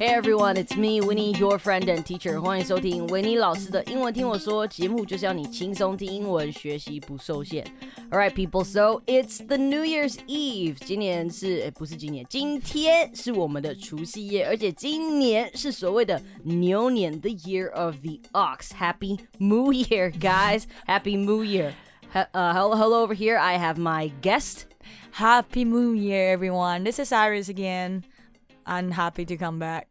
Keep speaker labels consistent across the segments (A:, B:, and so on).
A: Hey everyone, it's me, Winnie, your friend and teacher. 欢迎收听维尼老师的英文听我说节目，就是要你轻松听英文，学习不受限。All right, people, so it's the New Year's Eve. 今年是诶不是今年？今天是我们的除夕夜，而且今年是所谓的牛年，the Year of the Ox. Happy New Year, guys! Happy New Year. He- uh, hello, hello over here. I have my guest.
B: Happy New Year, everyone. This is Iris again. I'm happy to come back.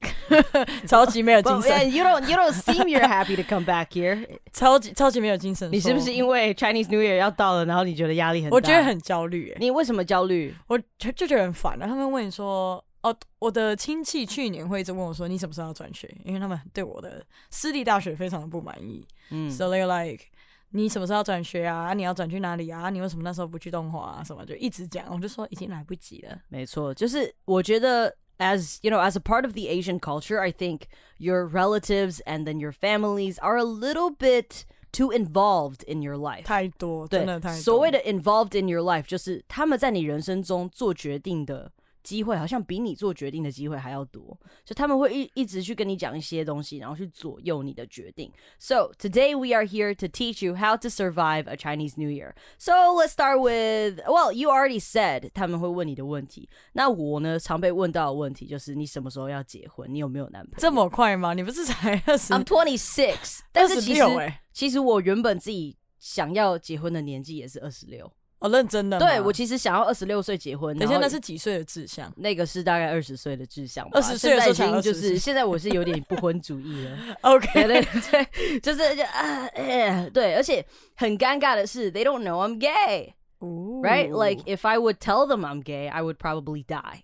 B: 超级没有
A: Well,
B: 精
A: yeah,
B: 神，
A: you don't you don't seem you're happy to come back here.
B: 超级超级没有精神。
A: 你是不啊是？因为 Chinese New Year 要到了，然后你觉得压力很大？
B: 我觉得，很焦虑、欸，
A: 你为什么焦虑？
B: 我就就觉得很烦啊了、他们问你说，哦，我的亲戚去年会一直问我说，你什么时候要转学？因为他们对我的私立大学非常的不满意。
A: 嗯
B: So they're like，你什么时候要转学啊？你要转去哪里啊？你为什么那时候不去动画啊？什么就一直讲，我就说已经来不及了。
A: 没错，就是我觉得，as you know, as a part of the Asian culture, I think your relatives and then your families are a little bit too involved in your life.
B: 太多，真的太
A: 对，
B: 多。
A: 所谓的 involved in your life，就是他们在你人生中做决定的机会，好像比你做决定的机会还要多。就他们会一一直去跟你讲一些东西，然后去左右你的决定。So today we are here to teach you how to survive a Chinese New Year. So let's start with well, you already said 他们会问你的问题。那我呢，常被问到的问题就是你什么时候要结婚？你有没有男朋友？
B: 这么快吗？你不是才二十
A: I'm twenty six，但
B: 二
A: 是
B: 十
A: 其实
B: 六哎，
A: 其实我原本自己想要结婚的年纪也是二十六。
B: 我哦认真的吗。
A: 对我其实想要二十六岁结婚，
B: 等一下
A: 然后
B: 那是几岁的志向？
A: 那个是大概二十岁的志向吧，
B: 20岁
A: 现
B: 的时
A: 在
B: 候
A: 已经
B: 才
A: 就
B: 20
A: 是现在我是有点不婚主义了， 对
B: OK，
A: 对对，就是就啊、哎对，而且很尴尬的是，they don't know I'm gay, right? Like if I would tell them I'm gay, I would probably die.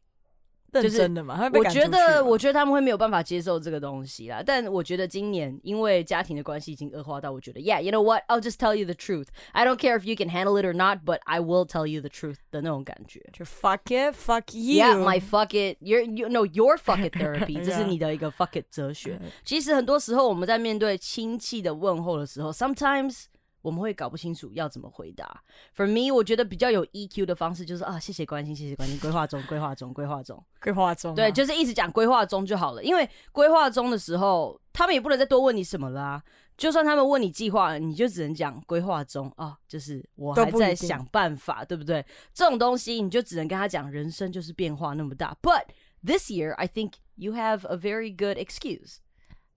B: 认
A: 就是
B: 真的嘛？他会被
A: 我
B: 赶
A: 觉
B: 出去
A: 得
B: 吗
A: 我觉得他们会没有办法接受这个东西啦，但我觉得今年因为家庭的关系已经恶化到，我觉得 Yeah, you know what? I'll just tell you the truth. I don't care if you can handle it or not, but I will tell you the truth 的那种感觉。
B: 就 fuck it，fuck you。
A: Yeah, my fuck it. Your you no your fuck it therapy，
B: Yeah.
A: 这是你的一个 fuck it 哲学。其实很多时候我们在面对亲戚的问候的时候，sometimes 我们会搞不清楚要怎么回答。For me，我觉得比较有 EQ 的方式就是啊，谢谢关心，谢谢关心，规划中，规划中，规划中。
B: 规划中啊
A: 对，就是一直讲规划中就好了，因为规划中的时候，他们也不能再多问你什么啦、就算他们问你计划，你就只能讲规划中啊、就是我
B: 都
A: 还
B: 不一
A: 在
B: 定
A: 想办法，对不对？这种东西你就只能跟他讲，人生就是变化那么大。But this year, I think you have a very good excuse.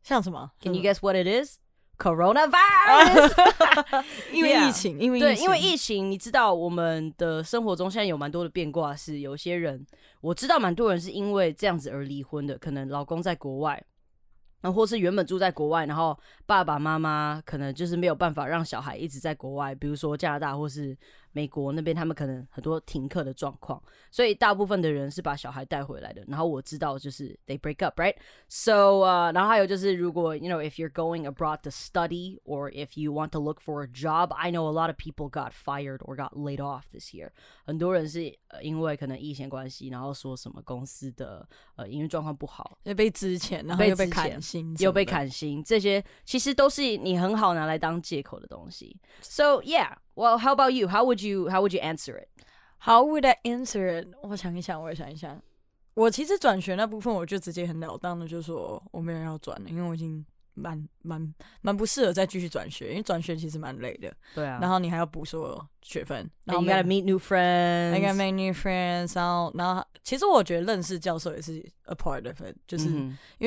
B: 像什么嗯
A: Can you
B: 像
A: guess what it is? Coronavirus.
B: 什么因为
A: Yeah
B: 疫情，因为
A: 对，因为
B: 情
A: 疫情，你知道我们的生活中现在有蛮多的变卦，是有些人我知道蛮多人是因为这样子而离婚的，可能老公在国外。然后或是原本住在国外，然后爸爸妈妈可能就是没有办法让小孩一直在国外，比如说加拿大或是美国那边，他们可能很多停课的状况，所以大部分的人是把小孩带回来的。然后我知道就是 they break up, right? So uh, 呃、然后还有就是如果 you know if you're going abroad to study or if you want to look for a job, I know a lot of people got fired or got laid off this year. 很多人是、呃、因为可能疫情关系，然后说什么公司的呃营运状况不好，
B: 就被之前，然后
A: 被
B: 又被
A: 之前
B: 砍薪，
A: 又被。砍薪，这些其实都是你很好拿来当借口的东西。So yeah, well, how about you? How would you how would you answer it?
B: How would I answer it？我想一想，我也想一想。我其实转学那部分，我就直接很了当的就说我没有要转了，因为我已经蛮蛮蛮不适合再继续转学，因为转学其实蛮累的。
A: 对啊
B: 然后你还要补所有学分，
A: And
B: 然后
A: you
B: 没有
A: gotta meet new friends.
B: I got make new friends，然后然后其实我觉得认识教授也是 a part of it，就是
A: 嗯
B: 因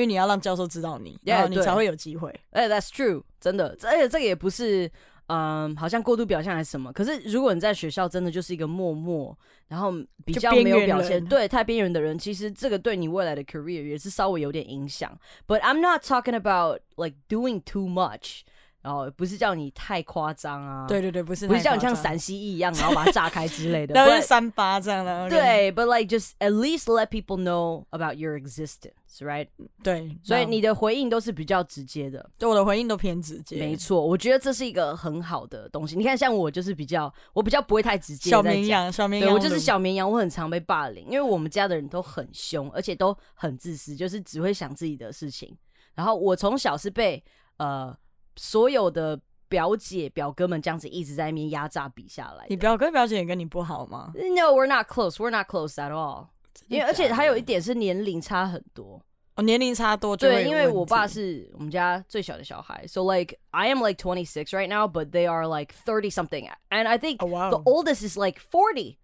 A: 哼
B: 为你要让教授知道你，
A: Yeah，
B: 然后你
A: 对
B: 才会有机会。
A: 哎、t h a t s true，真的，这而哎且这个也不是，嗯，好像过度表现还是什么。可是如果你在学校真的就是一个默默，然后比
B: 就
A: 较没有
B: 边缘
A: 表现，
B: 人
A: 对，太边缘的人，其实这个对你未来的 career 也是稍微有点影响。But I'm not talking about like doing too much，然后不是叫你太夸张啊，
B: 对，对对，不是
A: 不是叫你
B: 太夸
A: 像
B: 张，
A: 陕西 一样，然后把它炸开之类的。
B: 然后就
A: But-
B: 三八这样的。
A: 对，but like just at least let people know about your existence, right？
B: 对，
A: 所以
B: 然后
A: 你的回应都是比较直接的。
B: 对我的回应都偏直接，
A: 没错，我觉得这是一个很好的东西。你看，像我就是比较，我比较不会太直接。
B: 小绵，羊，小绵
A: 对
B: 羊，
A: 我就是。小绵羊，我很常被霸凌，因为我们家的人都很凶，而且都很自私，就是只会想自己的事情。然后我从小是被呃所有的表姐表哥们这样子一直在那边压榨比下来的。
B: 你表哥表姐也跟你不好吗？
A: No, we're not close. We're not close at all. 因为而且还有一点是年龄差很多，
B: 哦，年龄差多就会
A: 对，
B: 有
A: 因为
B: 问
A: 我爸
B: 题
A: 是我们家最小的小孩，so like I am like twenty six right now, but they are like thirty something, and I think
B: 哦哇
A: the
B: 哦
A: oldest is like forty,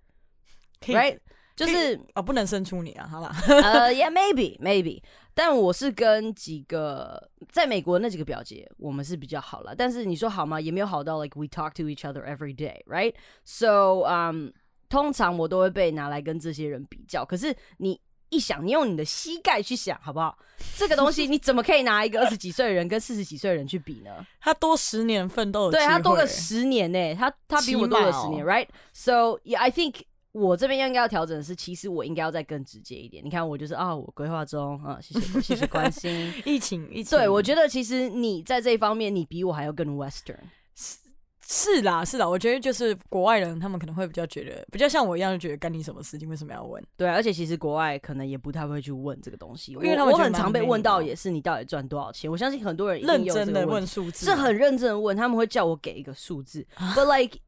B: 可以
A: right? 就
B: 可以
A: 是
B: 哦，不能生出你啊，好啦，
A: 呃、y e a h maybe maybe，但我是跟几个在美国那几个表姐，我们是比较好了。但是你说好吗？也没有好到 like we talk to each other every day, right? So um，通常我都会被拿来跟这些人比较。可是你一想，你用你的膝盖去想，好不好？这个东西你怎么可以拿一个二十几岁的人跟四十几岁的人去比呢？
B: 他多十年奋斗的
A: 对
B: 机
A: 他多个
B: 会
A: 十年呢、他他比我多了十年
B: 起
A: ，right? So yeah, I think 我这边应该要调整的是，其实我应该要再更直接一点。你看，我就是啊，我规划中啊，谢谢 谢谢关心。
B: 疫情疫情，
A: 对，我觉得其实你在这一方面，你比我还要更 Western。
B: 是啦是啦，我觉得就是国外人他们可能会比较觉得，比较像我一样就觉得干你什么事情，为什么要问？
A: 对，而且其实国外可能也不太会去问这个东西，
B: 因
A: 我
B: 为他们
A: 我
B: 觉得
A: 很
B: 蛮
A: 常被
B: 没
A: 问
B: 礼
A: 到，
B: 貌
A: 也是你到底赚多少钱。我相信很多人一定
B: 认
A: 也有
B: 真
A: 这个
B: 的
A: 问
B: 问
A: 题，
B: 数字，啊
A: 是很认真的问，他们会叫我给一个数 字。But like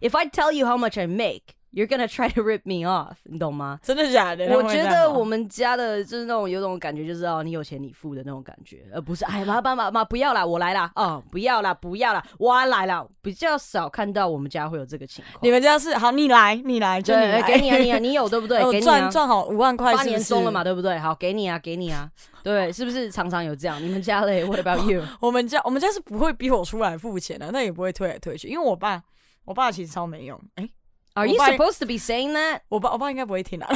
A: if I tell you how much I make, you're gonna try to rip me off，你懂吗？
B: 真的假的？他
A: 我
B: 们会
A: 觉
B: 这样
A: 得
B: 吗
A: 我们家的就是那种有种感觉，就是哦，你有钱你付的那种感觉，而不是哎妈妈妈妈不要啦，我来啦，哦不要啦不要啦，我来啦，比较少看到我们家会有这个情况。
B: 你们家是好，你来你来就你
A: 对，
B: 来，
A: 给你啊 你啊你有对不对？
B: 哦
A: 给你
B: 赚
A: 啊，
B: 赚好五万块，
A: 发年终了嘛？对不对？好，给你啊给你啊，对，是不是常常有这样？你们家嘞？What about you？
B: 我们家我们家是不会逼我出来付钱的，那也不会推来推去，因为我爸我爸其实超没用，哎、
A: Are you
B: 我爸
A: supposed to be saying that?
B: 我爸我爸应该不会听啊，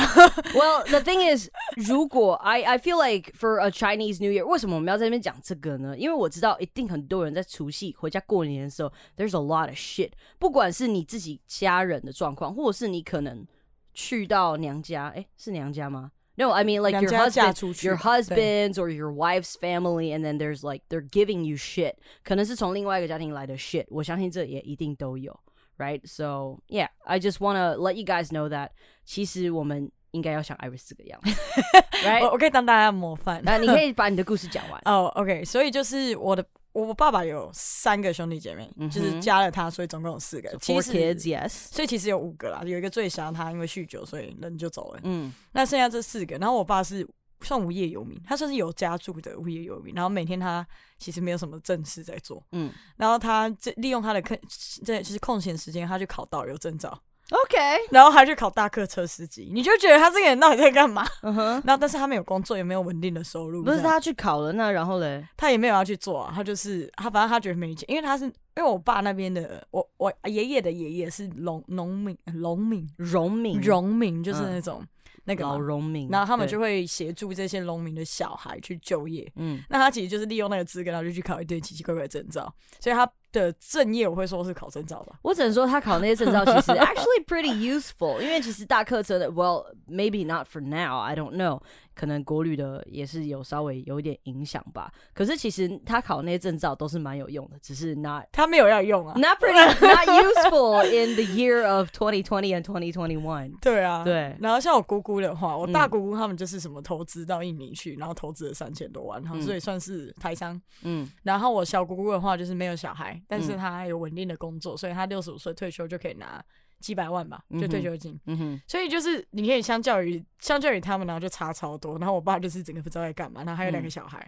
A: Well, the thing is, 如果 I I feel like for a Chinese New Year，为什么我们要在那边讲这个呢？因为我知道一定很多人在除夕回家过年的时候，there's a lot of shit，不管是你自己家人的状况，或者是你可能去到娘家，哎，是娘家吗？No, I mean like
B: 两
A: your
B: 家
A: husband
B: 嫁出去
A: your husband's or your wife's family, and then there's like they're giving you shit，可能是从另外一个家庭来的 shit，我相信这也一定都有，right? So yeah, I just wanna let you guys know that 其实我们应该要像 Iris 这个样子
B: 我
A: ，right？
B: 我可以当大家的模范。。
A: 那你可以把你的故事讲完
B: 哦、o k 所以就是我的我爸爸有三个兄弟姐妹，
A: 嗯哼
B: 就是加了他，所以总共有四个。其
A: Four
B: 实
A: kids, yes。
B: 所以其实有五个啦，有一个最小，他因为酗酒，所以人就走了。
A: 嗯
B: 那剩下这四个，然后我爸是算无业游民，他算是有家住的无业游民，然后每天他其实没有什么正事在做，
A: 嗯
B: 然后他这利用他的空，这就是空闲时间，他去考导游证照，
A: ，OK，
B: 然后还去考大客车司机，你就觉得他这个人到底在干嘛？
A: 嗯哼，
B: 然后但是他没有工作，也没有稳定的收入，
A: 不是
B: 这样
A: 他去考了，那然后嘞，
B: 他也没有要去做啊，他就是他，反正他觉得没钱，因为他是因为我爸那边的，我我爷爷的爷爷是农农民，农民
A: 荣民，
B: 农民就是
A: 嗯
B: 那种、那个
A: 老
B: 嘛
A: 荣民，
B: 然后他们
A: 对
B: 就会协助这些农民的小孩去就业。
A: 嗯
B: 那他其实就是利用那个资格，然后就去考一堆奇奇怪怪的证照，所以他的正业我会说是考证照吧。
A: 我只能说他考那些证照其实 actually pretty useful，因为其实大客车的 well maybe not for now I don't know，可能国旅的也是有稍微有一点影响吧。可是其实他考那些证照都是蛮有用的，只是 not
B: 他没有要用啊，
A: not pretty not useful in the year of 2020 and 2021。
B: 对啊，。
A: 对，
B: 然后像我姑姑的话，我
A: 嗯
B: 大姑姑他们就是什么投资到印尼去，然后投资了三千多万，然后
A: 嗯
B: 所以算是台商。
A: 嗯
B: 然后我小姑姑的话就是没有小孩，但是
A: 嗯
B: 她有稳定的工作，所以她六十五岁退休就可以拿几百万吧，
A: 嗯
B: 就
A: 哼
B: 退休金。
A: 嗯哼，
B: 所以就是你可以相较于相较于他们，然后就差超多。然后我爸就是整个不知道在干嘛，然后还有两个
A: 嗯
B: 小孩，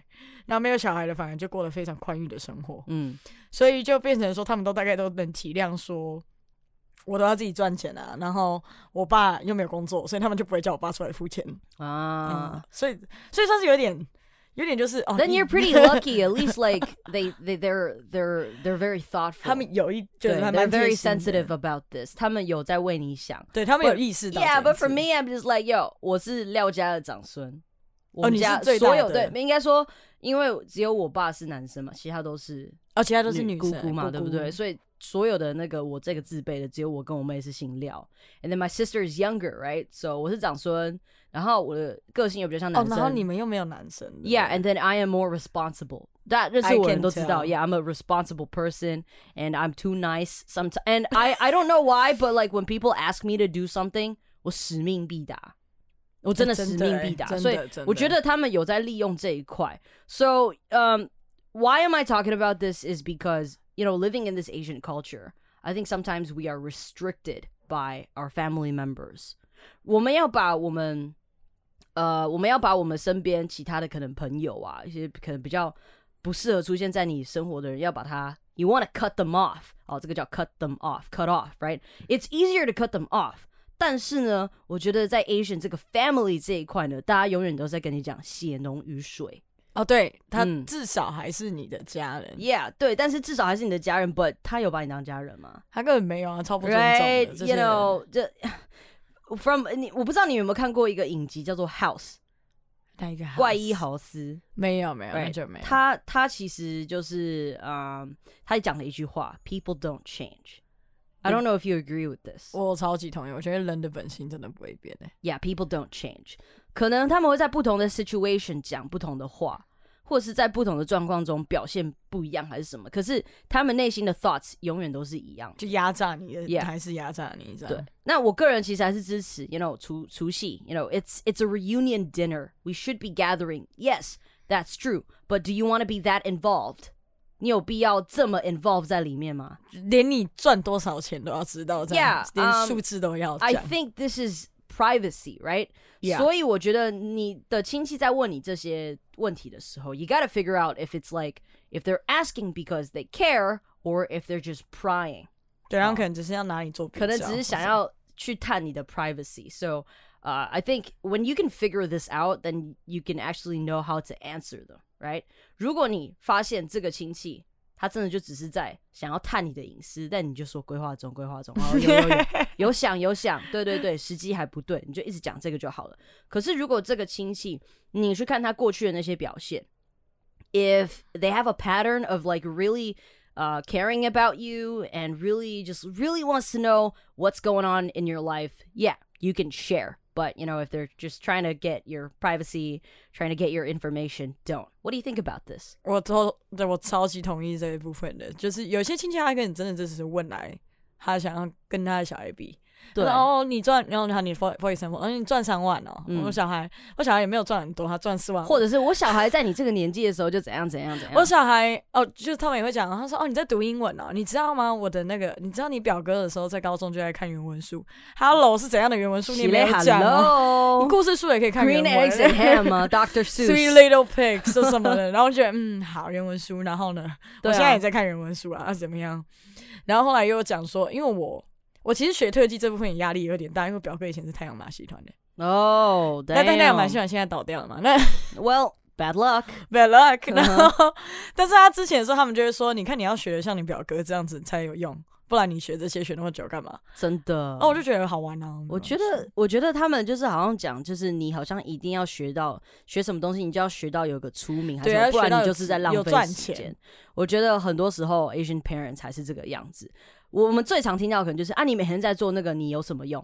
B: 然后没有小孩的反而就过得非常宽裕的生活，
A: 嗯
B: 所以就变成说他们都大概都能体谅说。我都要自己赚钱啊，然后我爸又没有工作，所以他们就不会叫我爸出来付钱啊、
A: 啊。
B: 所以所以算是有点有点就是哦，
A: Ah. Then
B: 你
A: you're pretty lucky. At least like they they they're they're they're very thoughtful.
B: 他们有一就
A: 对
B: 是还
A: they're
B: 蛮
A: very
B: 贴心的
A: sensitive about this. 他们有在为你想。
B: 对他们有意识到这
A: Yeah,
B: 样子。
A: but for me, I'm just like, yo，我是廖家的长孙，我们
B: 你是
A: 家
B: 最大
A: 所有
B: 的
A: 对，应该说，因为只有我爸是男生嘛，其他都是
B: 哦，其他都是
A: 女姑
B: 生
A: 姑嘛，对不对？？所以所有的那个我这个字辈的，只有我跟我妹是姓廖，and then my sister is younger, right? So 我是长孙，然后我的个性又比较像
B: 哦
A: 男，生。
B: 然后你们又没有男生。对不对
A: Yeah, and then I am more responsible. That
B: I
A: 认识我人都知道。
B: can tell.
A: Yeah, I'm a responsible person, and I'm too nice sometimes. And I I don't know why, but like when people ask me to do something, 我使命必达。我真的使命必达，
B: 真的欸，真的，
A: 所以
B: 真的。
A: 我觉得他们有在利用这一块。So, um, why am I talking about this? Is because you know living in this Asian culture, I think sometimes we are restricted by our family members. 我们要把我们呃，我们要把我们身边其他的可能朋友啊，一些可能比较不适合出现在你生活的人，要把它，you want to cut them off，哦，这个叫 cut them off，cut off，right？It's easier to cut them off。但是呢，我觉得在 Asian 这个 family 这一块呢，大家永远都在跟你讲血浓于水。
B: 哦，对他
A: 嗯
B: 至少还是你的家人，
A: Yeah，对，但是至少还是你的家人，but 他有把你当家人吗？
B: 他根本没有啊，超不尊重的。
A: Right, you
B: 这些人
A: know, 这 from 你我不知道你有没有看过一个影集叫做《House》
B: 哪一个
A: 怪医
B: 好？
A: 豪斯，
B: 没有没有，
A: Right，
B: 那就没有。
A: 他他其实就是嗯，他讲了一句话：People don't change. I don't know if you agree with this.
B: 我超级同意，我觉得人的本性真的不会变欸诶、
A: Yeah, people don't change. 可能他们会在不同的 situation 讲不同的话，或是在不同的状况中表现不一样，还是什么。可是他们内心的 thoughts 永远都是一样的。
B: 就压榨你的
A: Yeah
B: 还是压榨你这样。
A: 对，那我个人其实还是支持，you know，除除夕，you know，it's it's a reunion dinner. We should be gathering. Yes, that's true. But do you want to be that involved? 你有必要这么 involved 在里面吗
B: 连你赚多少钱都要知道，这样
A: Yeah，
B: 连
A: um，
B: 数字都要
A: ？I
B: 讲。
A: think this is privacy, right?
B: Yeah
A: 所以我觉得你的亲戚在问你这些问题的时候，you gotta figure out if it's like if they're asking because they care or if they're just prying.
B: 对，然后可能只是要拿你做比较，
A: 可能只是想要去探你的 privacy。So, uh, I think when you can figure this out, then you can actually know how to answer them, right? 如果你发现这个亲戚他真的就只是在想要探你的隐私，但你就说规划中，规划中，哦有有有有想有想，对对对，时机还不对，你就一直讲这个就好了。可是如果这个亲戚，你去看他过去的那些表现，if they have a pattern of like really uh, caring about you and really just really wants to know what's going on in your life, yeah, you can share. But you know, if they're just trying to get your privacy, trying to get your information, don't. What do you think about this?
B: 我超对我超级同意这一部分的，就是有些亲戚他跟你真的就只是问来，他想要跟他的小孩比，
A: 对
B: 然后哦你赚，然后他你 for for example，嗯，你赚三万哦，
A: 嗯
B: 我小孩我小孩也没有赚很多，他赚四万五，
A: 或者是我小孩在你这个年纪的时候就怎样怎样怎
B: 我
A: 样，
B: 小孩哦，就是他们也会讲，他说哦你在读英文哦，你知道吗？我的那个，你知道你表哥的时候在高中就在看原文书，Hello 是怎样的原文书？你
A: 喜
B: 没
A: 嘞
B: 有讲哦，
A: ，Hello，Green
B: 你故事书也可以看原
A: eggs and
B: 文。
A: ham 啊，Doctor
B: Three
A: Seuss，
B: Little Pigs 是什么的，然后觉得嗯好原文书，然后呢，我
A: 对
B: 现在也
A: 啊，
B: 在看原文书啊，啊怎么样？然后后来又有讲说，因为我我其实学特技这部分也压力有点大，因为我表哥以前是太阳马戏团的，
A: 哦，
B: 那但太阳马戏
A: Oh, damn
B: 团现在倒掉了嘛，那
A: Well, bad luck，
B: bad luck。
A: 嗯哼
B: 然后， 但是他之前的时候，他们就会说，你看你要学的像你表哥这样子才有用，不然你学这些学那么久干嘛？
A: 真的。
B: 哦，我就觉得好玩啊，
A: 嗯我觉得，我觉得他们就是好像讲，就是你好像一定要学到学什么东西，你就要学到有个出名，还是什
B: 对
A: 么
B: 要
A: 不
B: 学到
A: 然你
B: 有
A: 就是在浪
B: 有
A: 费
B: 赚
A: 时
B: 钱
A: 间。我觉得很多时候 Asian parents 才是这个样子。我们最常听到的可能就是啊，你每天在做那个，你有什么用？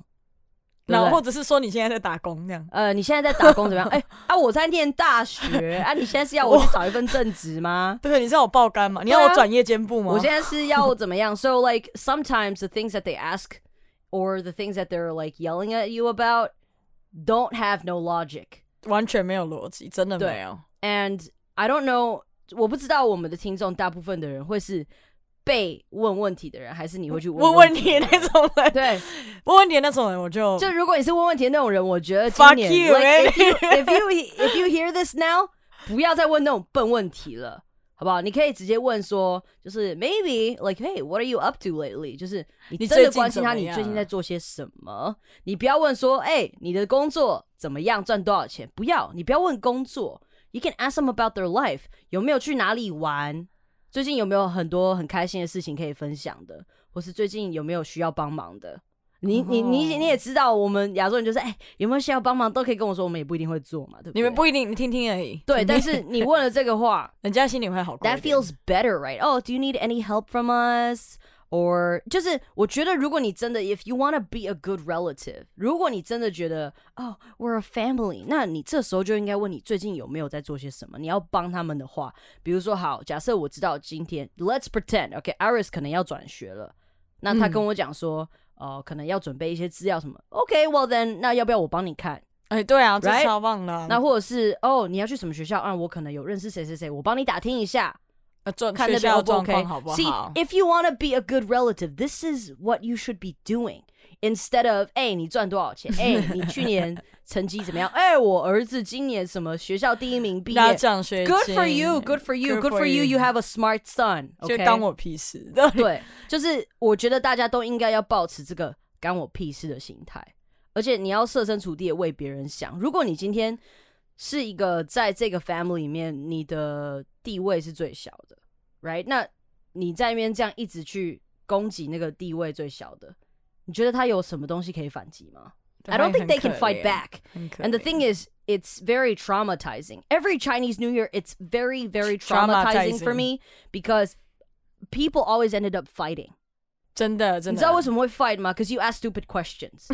A: 对
B: 然
A: 不
B: 后
A: 对
B: 或者是说你现在在打工这样，
A: 呃，你现在在打工怎么样？ 哎、啊，我在念大学啊，你现在是要我去找一份正职吗？
B: 对，你是要我爆肝吗？你要
A: 对
B: 我
A: 啊
B: 转夜间部吗？
A: 我现在是要怎么样？So like sometimes the things that they ask or the things that they're like yelling at you about don't have no logic.
B: 完全没有逻辑，真的没
A: 啊
B: 有。
A: And I don't know，我不知道我们的听众大部分的人会是被问问题的人，还是你会去
B: 问
A: 问
B: 问
A: 题
B: 题
A: 的
B: 那
A: 人？
B: 种人，
A: 对，
B: 问问题那种人，我就
A: 就如果你是问问题的那种人，我觉得今
B: fuck
A: 年
B: you，
A: like, if,
B: man
A: you, if you if you hear this now，不要再问那种笨问题了，好不好？你可以直接问说，就是 maybe like hey what are you up to lately？就是你
B: 你
A: 真
B: 最
A: 的
B: 近
A: 关心他，
B: 怎么
A: 你
B: 样
A: 最近在做些什么？你不要问说，哎、你的工作怎么样，赚多少钱？不要，你不要问工作。You can ask them about their life，有没有去哪里玩？最近有没有很多很开心的事情可以分享的，或是最近有没有需要帮忙的？你你你
B: 哦
A: 你也知道，我们亚洲人就是哎、有没有需要帮忙都可以跟我说，我们也不一定会做嘛，对不对？
B: 你们不一定，你听听而已。
A: 对，
B: 听听
A: 但 是你问了这个话
B: 人家心里会好过一
A: ，That
B: 点。
A: feels better, right? Oh, do you need any help from us? Or 就是我觉得，如果你真的，if you wanna be a good relative，如果你真的觉得，哦、w e r e a family，那你这时候就应该问你最近有没有在做些什么。你要帮他们的话，比如说，好，假设我知道今天，Let's pretend，OK，Iris、可能要转学了，那他
B: 嗯
A: 跟我讲说，呃，可能要准备一些资料什么。OK，well、then，那要不要我帮你看？
B: 哎，对啊，这
A: Right？
B: 超棒的啊。
A: 那或者是哦，你要去什么学校啊？我可能有认识谁谁谁，我帮你打听一下。
B: 呃，状
A: 看
B: 学
A: 那边 O
B: 校
A: 不
B: 状
A: OK
B: 况好不
A: See,
B: 好？
A: if you want to be a good relative, this is what you should be doing instead of 哎、你赚多少钱？哎、你去年成绩怎么样？ 哎、我儿子今年什么学校第一名毕
B: 拿
A: 业。
B: 奖学金
A: Good for you, good for you,
B: Good
A: good
B: for
A: for you. You
B: you.
A: have a smart son.
B: 就
A: OK，
B: 当我屁事。
A: 对，就是我觉得大家都应该要保持这个干我屁事的心态，而且你要设身处地的为别人想。如果你今天是一个在这个 family 里面，你的地位是最小的，right？那你在那边这样一直去攻击那个地位最小的，你觉得他有什么东西可以反击吗？I don't think they can fight back. And the thing is, it's very traumatizing. Every Chinese New Year, it's very, very traumatizing, for
B: Traumatizing.
A: me because people always ended up fighting.
B: 真的真
A: 你
B: 的，
A: 知道为什么会 fight 吗？Because you ask stupid questions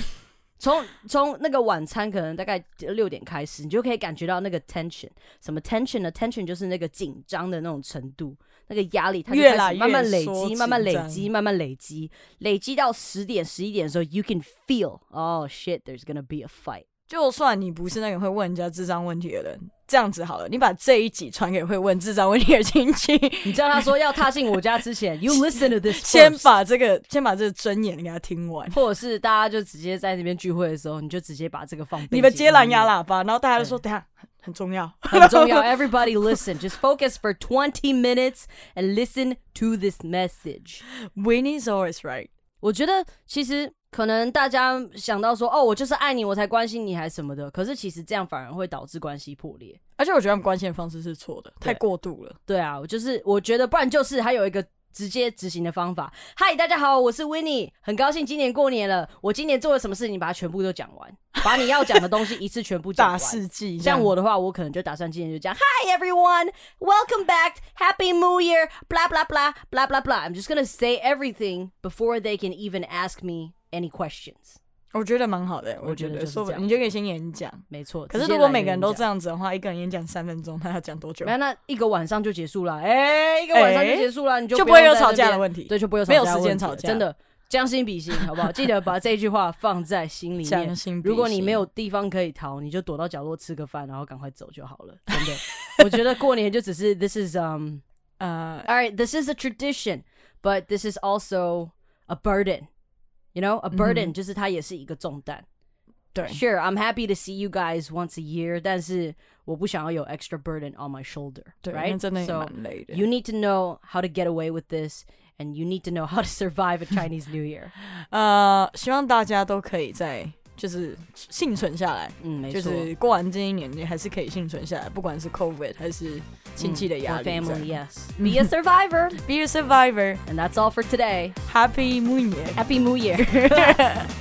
A: 从。从那个晚餐可能大概六点开始，你就可以感觉到那个 tension。什么 tension 呢？tension 就是那个紧张的那种程度，那个压力，它就
B: 越
A: 开
B: 来
A: 始
B: 越
A: 慢慢累
B: 缩
A: 积，
B: 紧
A: 慢慢累
B: 张
A: 积，慢慢累积，累积到十点、十一点的时候，you can feel oh shit there's gonna be a fight。
B: 就算你不是那个会问人家智障问题的人，这样子好了，你把这一集传给会问智障问题的亲戚，
A: 你叫他说要踏进我家之 前，you listen to this
B: 先
A: first
B: 把这个先把这个真言给他听完。
A: 或者是大家就直接在那边聚会的时候，你就直接把这个放背景音乐。
B: 你们接蓝牙喇叭，然后大家都说等一下很很重要，
A: 很重要。Everybody listen, just focus for 20 minutes and listen to this message.
B: Winnie's always right。
A: 我觉得其实可能大家想到说，哦，我就是爱你，我才关心你，还什么的。可是其实这样反而会导致关系破裂。
B: 而且我觉得他们关心的方式是错的，
A: 对
B: 太过度了。
A: 对啊，我就是我觉得，不然就是还有一个。直接执行的方法。嗨，大家好，我是 w i n n i e 很高兴今年过年了。我今年做了什么事，你把它全部都讲完，把你要讲的东西一次全部讲
B: 大
A: 完。
B: 事记，
A: 像我的话，我可能就打算今天就讲 Hi everyone, welcome back, Happy New Year, blah blah blah blah blah blah. I'm just gonna say everything before they can even ask me any questions.
B: 我觉得蛮好的，我
A: 觉
B: 觉
A: 得
B: 得
A: 就是
B: 说不
A: 这样
B: 定你就可以先演讲。
A: 没错，
B: 可是
A: 直接
B: 如果
A: 来
B: 每
A: 一
B: 个人都
A: 演
B: 这样子的话，一个人演讲三分钟，他要讲多久
A: 讲，？那那一个晚上就结束了，哎、一个晚上就
B: 哎
A: 结束了，你就
B: 就
A: 不
B: 不会
A: 用
B: 有
A: 在
B: 吵
A: 那
B: 架的
A: 边
B: 问题
A: 对，就不会有
B: 没有
A: 架的
B: 时间
A: 问题
B: 吵
A: 了
B: 架
A: 真的将心比心，好不好？记得把这句话放在心里面
B: 将。心比
A: 如果你
B: 心
A: 没有地方可以逃，你就躲到角落吃个饭，然后赶快走就好了。真 的，我觉得过年就只是 this is um。
B: 呃，
A: all right, this is a tradition, but this is also a burden. You know, a
B: 嗯
A: burden 就是它也是一个重担。
B: 对
A: Sure, I'm happy to see you guys once a year, 但是我不想要有 extra burden on my shoulder,
B: 对，那
A: right?
B: 真的也
A: So
B: 蛮累的。
A: you need to know how to get away with this, and you need to know how to survive a Chinese New Year.
B: 呃，希望大家都可以在就是幸存下来，
A: 嗯，没错。
B: 就是过完这一年，你还是可以幸存下来，不管是 COVID 还是亲戚的
A: 嗯，
B: 压
A: or
B: 力这样。
A: family, yes. Be a survivor,
B: Be a survivor.
A: and that's all for today.
B: Happy New Year.
A: Happy New Year.